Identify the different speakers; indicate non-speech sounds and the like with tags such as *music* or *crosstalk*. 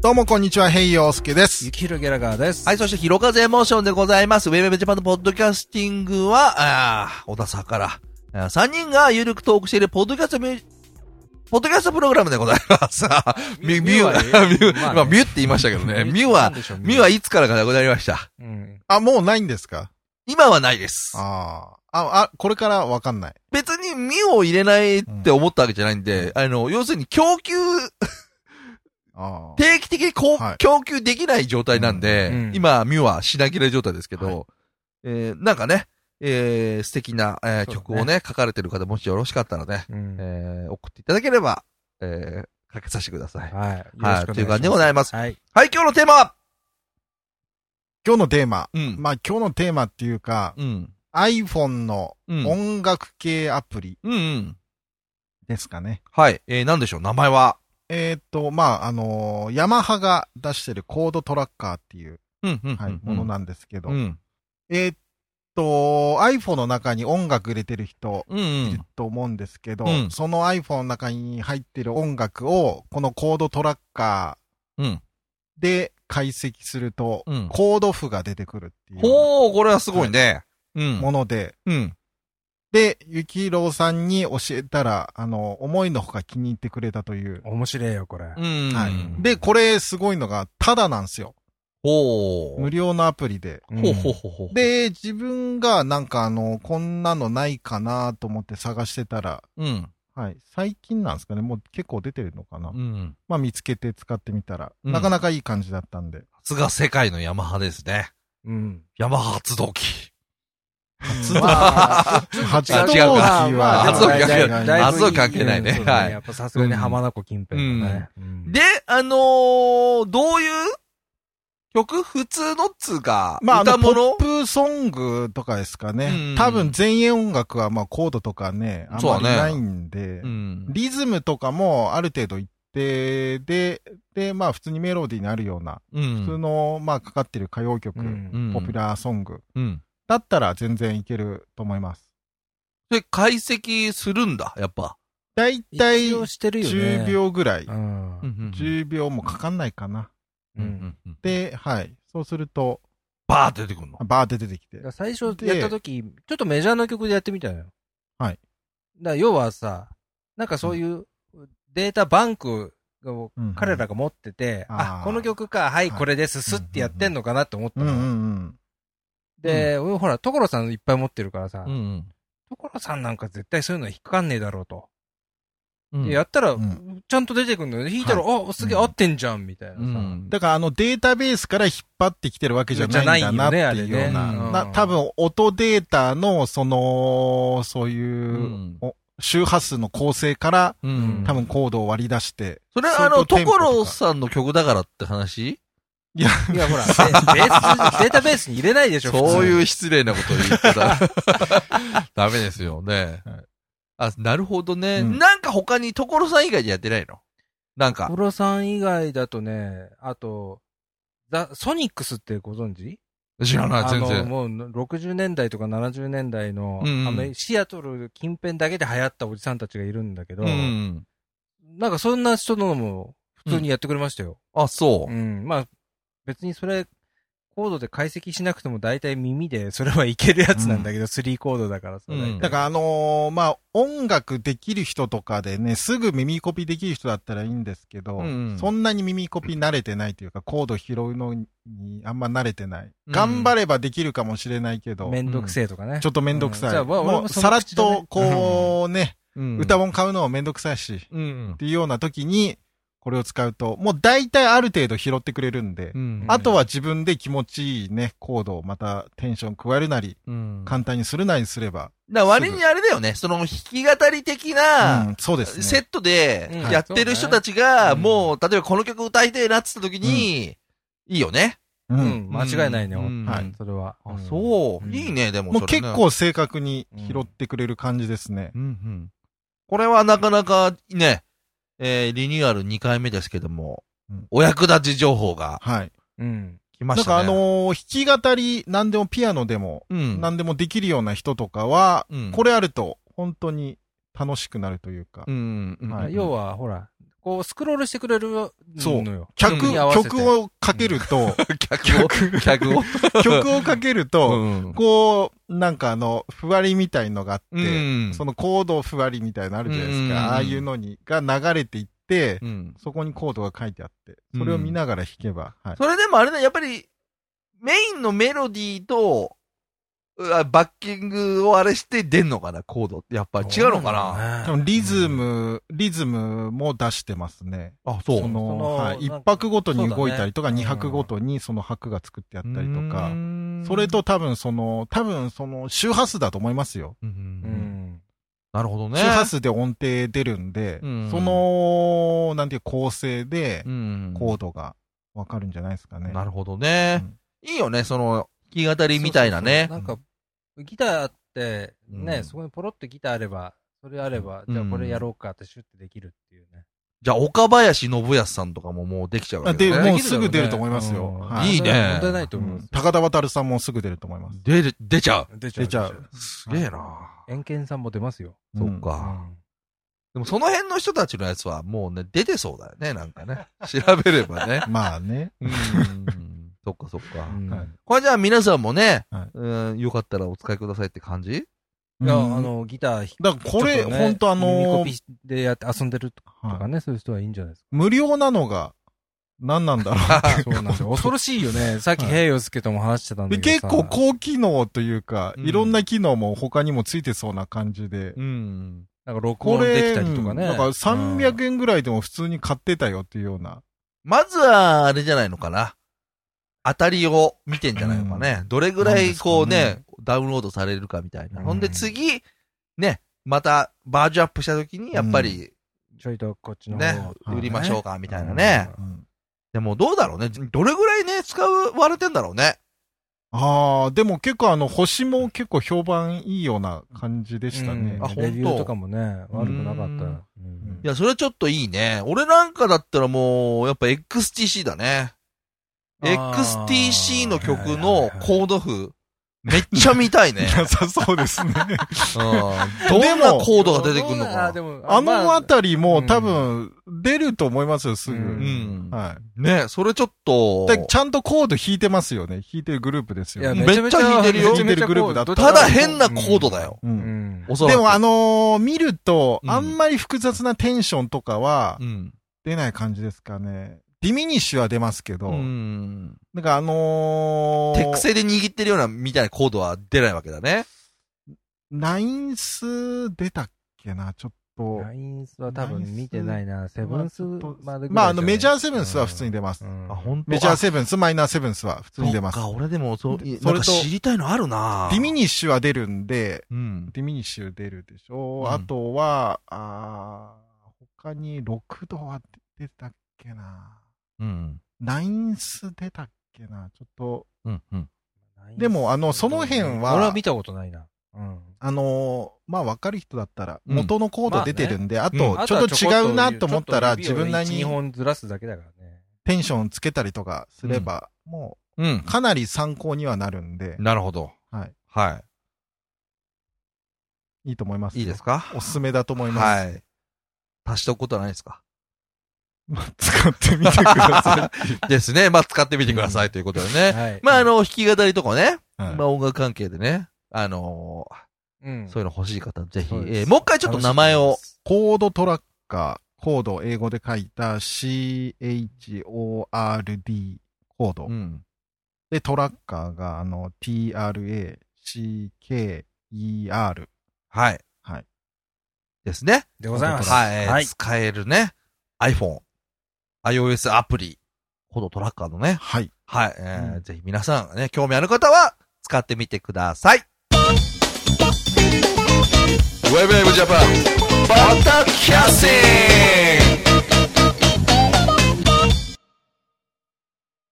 Speaker 1: どうもこんにちは、ヘイヨースケです。
Speaker 2: ゆきひろギャラガーです。
Speaker 3: はい、そして、ひろかぜエモーションでございます。ウェブウェブジャパンのポッドキャスティングは、あー小田さから、あー3人がゆるくトークしているポッドキャストミュー、ポッドキャストプログラムでございます。あミュ、ミュ、ミュ、ミュ、
Speaker 2: まあね
Speaker 3: 今ミュって言いましたけどね。ミュは、、ミュはいつからかなくなりました。
Speaker 2: うん、
Speaker 1: あ、もうないんですか
Speaker 3: 今はないです。
Speaker 1: ああ。あ、あ、これからわかんない。
Speaker 3: 別にミュを入れないって思ったわけじゃないんで、あの、要するに供給、
Speaker 1: ああ。
Speaker 3: 定期的にこう、
Speaker 1: はい
Speaker 3: 供給できない状態なんで、
Speaker 2: うん
Speaker 3: 今、ミュは品切れ状態ですけど、
Speaker 1: はい
Speaker 3: えーなんかね、えー素敵な、えー
Speaker 2: そうだね
Speaker 3: 曲をね、書かれてる方、もしよろしかったらね、
Speaker 2: うん。
Speaker 3: えー送っていただければ、えーかけさせてください。
Speaker 2: はい。よろしくお願
Speaker 3: はい、という感じでございます。
Speaker 2: はい。
Speaker 3: はい、今日のテーマは
Speaker 1: 今日のテーマ。
Speaker 3: うん。
Speaker 1: まあ今日のテーマっていうか、
Speaker 3: うん。
Speaker 1: iPhone の
Speaker 3: うん。うん。
Speaker 1: 音楽系アプリ
Speaker 3: うん。
Speaker 1: ですかね。
Speaker 3: はい。えー、なんでしょう、名前は。
Speaker 1: えーっと、まああのーヤマハが出してるコードトラッカーっていう、
Speaker 3: うん、うん。
Speaker 1: はい、
Speaker 3: うん
Speaker 1: ものなんですけど、
Speaker 3: うん。
Speaker 1: えーっと、iPhone の中に音楽入れてる人、
Speaker 3: うん、う
Speaker 1: いる
Speaker 3: ん。
Speaker 1: と思うんですけど、
Speaker 3: うん
Speaker 1: その iPhone の中に入ってる音楽を、このコードトラッカ
Speaker 3: うん。
Speaker 1: ーで解析すると、
Speaker 3: うん
Speaker 1: コード譜が出てくるっていう
Speaker 3: ほー、これはすごいね。うん。
Speaker 1: もので、
Speaker 3: うん。
Speaker 1: で、ゆきろうさんに教えたら、あの、思いのほか気に入ってくれたという。
Speaker 2: 面白いよ、これ。
Speaker 3: うん。
Speaker 1: はい。で、これすごいのが、ただなんですよ。
Speaker 3: ほー。
Speaker 1: 無料のアプリで。
Speaker 2: うん
Speaker 3: ほうほうほうほう。、
Speaker 1: で、自分がなんかあの、こんなのないかなと思って探してたら、
Speaker 3: うん。
Speaker 1: はい。最近なんですかね。もう結構出てるのかな。
Speaker 3: うん。
Speaker 1: まあ見つけて使ってみたら、
Speaker 3: うん
Speaker 1: なかなかいい感じだったんで。
Speaker 3: さすが世界のヤマハですね。
Speaker 2: うん。
Speaker 3: ヤマハ発動機。
Speaker 2: ま
Speaker 3: *laughs*
Speaker 2: あ、
Speaker 1: 発
Speaker 3: 違う
Speaker 1: 動機
Speaker 3: 違う
Speaker 1: は、
Speaker 3: まあ発動機
Speaker 1: 違う違う
Speaker 3: 関係
Speaker 1: 違う
Speaker 3: ない発動機関係ないね
Speaker 2: そう
Speaker 3: はい
Speaker 2: やっぱさすがに浜名湖近辺だね。うん
Speaker 3: で、あのー、どういう曲普通のっつうか、
Speaker 1: まあ、あ
Speaker 3: 歌
Speaker 1: の、ポ
Speaker 3: 物
Speaker 1: ップソングとかですか
Speaker 3: うん
Speaker 1: ね。多分前衛音楽は、まあ、コードとかね、あん
Speaker 3: そ
Speaker 1: ま
Speaker 3: う
Speaker 1: り
Speaker 3: だね
Speaker 1: ないんで
Speaker 3: う、ん。
Speaker 1: リズムとかもある程度一定で、で、まあ、普通にメロディーになるような、
Speaker 3: う
Speaker 1: 普通
Speaker 3: ん。
Speaker 1: の、まあ、かかってる歌謡曲
Speaker 2: う、ん
Speaker 3: うん
Speaker 1: ポピュラーソング
Speaker 3: うん。
Speaker 1: だったら全然いけると思います。
Speaker 3: で、解析するんだ、やっぱ。
Speaker 1: だいたい
Speaker 2: 一応してるよね。
Speaker 1: 10。秒ぐらい。
Speaker 2: うん。
Speaker 3: んん
Speaker 1: 10秒もかかんないかな。
Speaker 2: う。
Speaker 3: うんんうん。で、
Speaker 1: で、はい。そうすると、
Speaker 3: バーって出てくるの。
Speaker 1: バーで出てきて
Speaker 2: だか。ら最初やった時、ちょっとメジャーな曲でやってみたのよ。
Speaker 1: はい。
Speaker 2: だから要はさ、なんかそういうデータバンクを
Speaker 1: うん
Speaker 2: 彼らが持ってて、
Speaker 1: うん
Speaker 2: あ
Speaker 1: あー
Speaker 2: この曲か、はい、
Speaker 1: はい
Speaker 2: これです、スってやってんのかなって思った
Speaker 1: うん
Speaker 2: の。
Speaker 1: うんうん。
Speaker 2: で、俺ほら、所さんいっぱい持ってるからさ、
Speaker 3: ん
Speaker 2: 所さんなんか絶対そういうの引っかかんねえだろうと。
Speaker 3: うん。うん
Speaker 2: でやったら、
Speaker 1: うん
Speaker 2: ちゃんと出てくるのよ。弾いたら、あ、すげえ合ってんじゃん、みたいなさ。
Speaker 3: うん。
Speaker 1: だからあのデータベースから引っ張ってきてるわけじゃないんだなっていうよう
Speaker 3: じゃないよねあれ
Speaker 1: な。
Speaker 3: ねうん
Speaker 1: な多分音データの、その、そういう、
Speaker 3: ん
Speaker 1: お周波数の構成から、
Speaker 3: うん。
Speaker 1: 多分コードを割り出して。
Speaker 3: それはあの、
Speaker 1: 相当テンポとか
Speaker 3: 所さんの曲だからって話
Speaker 1: いや、
Speaker 2: いや、ほら、でベース、データベースに入れないでしょ、
Speaker 3: そう
Speaker 2: う。
Speaker 3: いう失礼なことを言ってた。ダメですよね。
Speaker 1: はい
Speaker 3: あ、なるほどね。
Speaker 1: うん
Speaker 3: なんか他に所さん以外でやってないのなんか。
Speaker 2: 所さん以外だとね、あと、ザ・ソニックスってご存知
Speaker 3: 知らない、
Speaker 2: あ
Speaker 3: 全
Speaker 2: の、
Speaker 3: 然。
Speaker 2: もう60年代とか70年代の、
Speaker 3: うんうん
Speaker 2: あのシアトル近辺だけで流行ったおじさんたちがいるんだけど、
Speaker 3: うん。
Speaker 2: なんかそんな人のも普通にやってくれましたよ。
Speaker 3: あ、そうう。
Speaker 2: ん、まあ、別にそれ、コードで解析しなくても大体耳で、それはいけるやつなんだけど、3コードだからさ、
Speaker 3: うん
Speaker 2: 大体
Speaker 1: だからあのーまあ、音楽できる人とかでね、すぐ耳コピーできる人だったらいいんですけど、
Speaker 3: うんうん
Speaker 1: そんなに耳コピー慣れてないというか、コード拾うのにあんま慣れてない。
Speaker 3: うん
Speaker 1: 頑張ればできるかもしれないけど、
Speaker 2: めんどくせえとかね。
Speaker 1: ちょっとめんどくさい。
Speaker 2: うんじゃあまあ俺
Speaker 1: も
Speaker 2: も
Speaker 1: う
Speaker 2: その
Speaker 1: さらっ
Speaker 2: 口だね
Speaker 1: と、こうね、
Speaker 3: うん
Speaker 1: 歌本買うのもめんどくさいし、っ
Speaker 3: うん。
Speaker 1: ていうような時に、これを使うと、もう大体ある程度拾ってくれるんで、
Speaker 3: うん
Speaker 1: あとは自分で気持ちいいね、コードをまたテンション加えるなり、
Speaker 3: うん。だか
Speaker 1: 簡単にするなりすれば、
Speaker 3: ら割にあれだよね。その弾き語り的
Speaker 1: う、
Speaker 3: なん
Speaker 1: そうですね。
Speaker 3: セットで
Speaker 2: うん
Speaker 3: やってる人たち
Speaker 2: そう
Speaker 3: が、
Speaker 2: ね
Speaker 3: もう、例えばこの曲歌いたいなって言った時に、いいよね。
Speaker 1: う
Speaker 2: うんん、間違いないね、
Speaker 3: うん
Speaker 1: はい
Speaker 2: それは。
Speaker 3: あ、そう。
Speaker 2: うん
Speaker 3: いいね、でも。
Speaker 1: もう
Speaker 3: それ
Speaker 1: 結
Speaker 3: ね
Speaker 1: 構正確に拾ってくれる感じですね。
Speaker 3: うんうん。これはなかなかね、えーリニューアル2回目ですけども、
Speaker 1: うん
Speaker 3: お役立ち情報が
Speaker 1: はい。
Speaker 2: うん。
Speaker 3: 来ま
Speaker 1: な
Speaker 3: し
Speaker 1: ん
Speaker 3: たね。
Speaker 1: かあのー弾き語り、何でもピアノでも、
Speaker 3: うん。
Speaker 1: 何でもできるような人とかは、
Speaker 3: うん
Speaker 1: これあると、本当に楽しくなるというか、
Speaker 3: うん。うん
Speaker 1: はい
Speaker 2: 要は、ほら、こう、スクロールしてくれるのよ。
Speaker 1: そう
Speaker 2: う。
Speaker 1: 曲
Speaker 3: 曲
Speaker 2: に合わせて
Speaker 1: 曲をかけると、
Speaker 3: 客を、客を。
Speaker 1: *laughs* 曲をかけると、
Speaker 3: うん
Speaker 1: こう、なんかあの、ふわりみたいのがあって、
Speaker 3: うん。
Speaker 1: そのコードふわりみたいのあるじゃないです
Speaker 3: うん
Speaker 1: か。ああいうのに、が流れていって、
Speaker 3: うん
Speaker 1: そこにコードが書いてあって、それを見ながら弾けば、はい。
Speaker 3: それでもあれだ、やっぱり、メインのメロディーと、うわバッキングをあれして出んのかな、コードって。やっぱ違うのかな。
Speaker 1: 多分リズム、リズムも出してますね。
Speaker 3: あ、
Speaker 1: そ
Speaker 3: そう。
Speaker 1: の、
Speaker 2: その
Speaker 1: はい。一
Speaker 2: なんか
Speaker 1: 拍ごとに動いたりとか、
Speaker 2: そうだね
Speaker 1: 二拍ごとにその拍が作ってあったりと
Speaker 3: う
Speaker 1: か、
Speaker 3: ん
Speaker 1: それ、と多分その、多分その周波数だと思いますよ。
Speaker 3: うんう
Speaker 2: うんん。
Speaker 3: なるほどね。
Speaker 1: 周波数で音程出るんで、
Speaker 3: うん
Speaker 1: その、なんていう構成で
Speaker 3: う、ん
Speaker 1: コードがわかるんじゃないですかね。
Speaker 3: なるほどね。いいよね、その、弾き語りみたいなね。
Speaker 2: そうそうそうなんか、ギターって、
Speaker 3: う
Speaker 2: ね、
Speaker 3: ん
Speaker 2: そこにポロってギターあれば、それあれば、じゃあこれやろうかってシュッてできるっていうね。
Speaker 3: じゃあ、岡林信康さんとかももうできちゃうわけだ
Speaker 1: あ
Speaker 3: ね。
Speaker 1: で
Speaker 2: で
Speaker 1: も
Speaker 2: き
Speaker 1: うすぐ出ると思います
Speaker 2: だろ
Speaker 1: よ
Speaker 2: うね
Speaker 1: はい
Speaker 3: いいね
Speaker 2: 問題ないと思います。
Speaker 1: 高田渡さんもすぐ出ると思います。
Speaker 3: 出る、出ちゃう。
Speaker 2: 出
Speaker 1: 出ちゃう。
Speaker 3: すげえな。
Speaker 2: 円剣さんも出ますよ。
Speaker 3: そっ
Speaker 1: ん。
Speaker 3: か。でもその辺の人たちのやつはもうね、出てそうだよね、なんかね。調べればね
Speaker 1: まあね。
Speaker 3: うん。そっかそっか。
Speaker 2: うん
Speaker 1: はい
Speaker 3: これじゃあ皆さんもね、
Speaker 1: はい
Speaker 3: うん、よかったらお使いくださいって感じ
Speaker 2: いや、あ
Speaker 1: うん
Speaker 2: の、ギター弾く
Speaker 1: だからこれ、
Speaker 2: ちょっとね
Speaker 1: ほんとあ
Speaker 2: 耳
Speaker 1: の
Speaker 2: コ、ピでやって遊んでるとか
Speaker 1: はい
Speaker 2: ね、そういう人はいいんじゃないです
Speaker 1: 無料なのが、何なんだろうって
Speaker 2: *laughs* か。そうなん
Speaker 1: *laughs*
Speaker 2: ですよ。恐ろしいよね。さっき、
Speaker 1: はい
Speaker 2: 平洋介とも話してたん
Speaker 1: で
Speaker 2: だけ
Speaker 1: 結
Speaker 2: どさ。
Speaker 1: 構高機能というか、
Speaker 3: うん
Speaker 1: いろんな機能も他にもついてそうな感じで。
Speaker 3: うん。
Speaker 2: なんか録
Speaker 1: こ
Speaker 2: 音でき
Speaker 1: れ、
Speaker 2: た
Speaker 1: う
Speaker 2: りとか
Speaker 1: ん
Speaker 2: ね。
Speaker 1: だから300円ぐらいでも普通に買ってたよっていうような。
Speaker 3: まずは、あれじゃないのかな。当たりを見てんじゃないのかね。どれぐらい、こう
Speaker 1: なんで
Speaker 3: ねダウンロードされるかみたいな。
Speaker 2: うん
Speaker 3: ほんで次、ね、またバージョンアップした時に、やっぱり、
Speaker 2: うんちょいとこっちの
Speaker 3: ね
Speaker 2: 方を、
Speaker 1: うん
Speaker 3: 売りましょうか、みたいな
Speaker 2: う
Speaker 3: ね
Speaker 2: ん。
Speaker 1: うん
Speaker 3: でもどうだろうね。どれぐらいね、使われてんだろうね。
Speaker 1: ああ、でも結構あの、星も結構評判いいような感じでしたね。
Speaker 2: うん
Speaker 3: あほんと
Speaker 2: レビューとかもね、悪くなかった。うん
Speaker 3: いや、それはちょっといいね。俺なんかだったらもう、やっぱ XTC だね。
Speaker 2: あー
Speaker 3: XTC の曲のコード譜、めっちゃ見たい
Speaker 1: *laughs*
Speaker 3: ね。
Speaker 1: なさそうです
Speaker 2: *laughs*
Speaker 3: う
Speaker 1: ね。
Speaker 3: んどんなコードが出てくるのか
Speaker 2: でも
Speaker 1: あのあたりも
Speaker 2: まあ
Speaker 1: 多分出ると思いますよ、すぐ。
Speaker 2: う
Speaker 3: う
Speaker 2: ん
Speaker 3: ん
Speaker 1: はい。
Speaker 3: な。ね、それちょっと、
Speaker 1: でちゃんとコード弾いてますよね。弾いてるグループです
Speaker 2: い
Speaker 1: よ
Speaker 2: や
Speaker 1: ね。
Speaker 3: めっちゃ弾いてるよ
Speaker 2: めちゃ
Speaker 1: 弾いて
Speaker 2: めちゃ
Speaker 1: るグループだった
Speaker 3: ただ変なコードだ。よ。
Speaker 1: う
Speaker 2: うんん。
Speaker 3: おそらく。
Speaker 1: でもあのー見ると、
Speaker 3: うん
Speaker 1: あんまり複雑なテンションとかは
Speaker 3: うん、
Speaker 1: 出ない感じですかね。ディミニッシュは出ますけど、
Speaker 3: うん。
Speaker 1: なんかあの
Speaker 3: 手
Speaker 1: ー
Speaker 3: 癖で握ってるような、みたいなコードは出ないわけだね。
Speaker 1: ナインス出たっけな、ちょっと。
Speaker 2: ラインスは多分見てないな。セブンスまでぐらいじゃない
Speaker 1: まああのメジャーセブンスは普通に出ます。
Speaker 2: うん
Speaker 3: あ、ほんと
Speaker 1: メジャー
Speaker 3: ス
Speaker 1: セブンス、マイナーセブンスは普通に出ます。
Speaker 3: そっか、俺でも、そう、い
Speaker 1: そ
Speaker 3: なん
Speaker 1: れ
Speaker 3: か
Speaker 1: と
Speaker 3: 知りたいのあるな
Speaker 1: ディミニッシュは出るんで、
Speaker 3: うん。
Speaker 1: ディミニッシュ出るでし
Speaker 3: う
Speaker 1: ょ、
Speaker 3: ん
Speaker 1: あとは、あー他に6度は出たっけな。
Speaker 3: うん。
Speaker 1: ナインス出たっけな。ちょっと、
Speaker 3: うん。うん。
Speaker 1: でもあのその辺は
Speaker 2: 俺は見たことないな。うん。
Speaker 1: あのーまあ、わかる人だったら、
Speaker 3: うん
Speaker 1: 元のコード出てるんで、あ
Speaker 3: うん
Speaker 1: と、ちょっと違うなと思ったら、
Speaker 2: あと
Speaker 1: 自
Speaker 2: はちょっと
Speaker 1: 分なりに
Speaker 2: 指を1 2本ずらすだけだからね。
Speaker 1: テンションつけたりとかすれば、も
Speaker 3: うん
Speaker 1: う、。かなり参考にはなるんで、
Speaker 3: なるほど。
Speaker 1: はい。
Speaker 3: はい
Speaker 1: いと思います。
Speaker 3: い。いいですか
Speaker 1: おすすめだと思います。
Speaker 3: はい。足しておくことはないですか
Speaker 1: まあ使ってみてくださ
Speaker 3: *laughs* ですね。まあ、使ってみてくださいということでね。
Speaker 2: はい。
Speaker 3: まあ、あ、の、弾き語りとかね。
Speaker 1: い。はい
Speaker 3: まあ、音楽関係でね。あの
Speaker 2: うん
Speaker 3: ー、そういうの欲しい方、ぜひ。
Speaker 2: そうです
Speaker 3: えーもう一回ちょっと名前を。。
Speaker 1: コードトラッカー、コードを英語で書いた CHORD コード。
Speaker 3: うん。
Speaker 1: で、トラッカーがあの TRACKER。
Speaker 3: はい。
Speaker 1: はい。
Speaker 3: ですね。
Speaker 2: でございます。
Speaker 3: はいえー。
Speaker 2: はい。
Speaker 3: 使えるね。iPhone、iOS アプリ、ほどトラッカーのね。
Speaker 1: はい。
Speaker 3: はい。えー
Speaker 1: うん
Speaker 3: ぜひ皆さんね、興味ある方は使ってみてください。ウェブウェブジャパン、バタキャスティング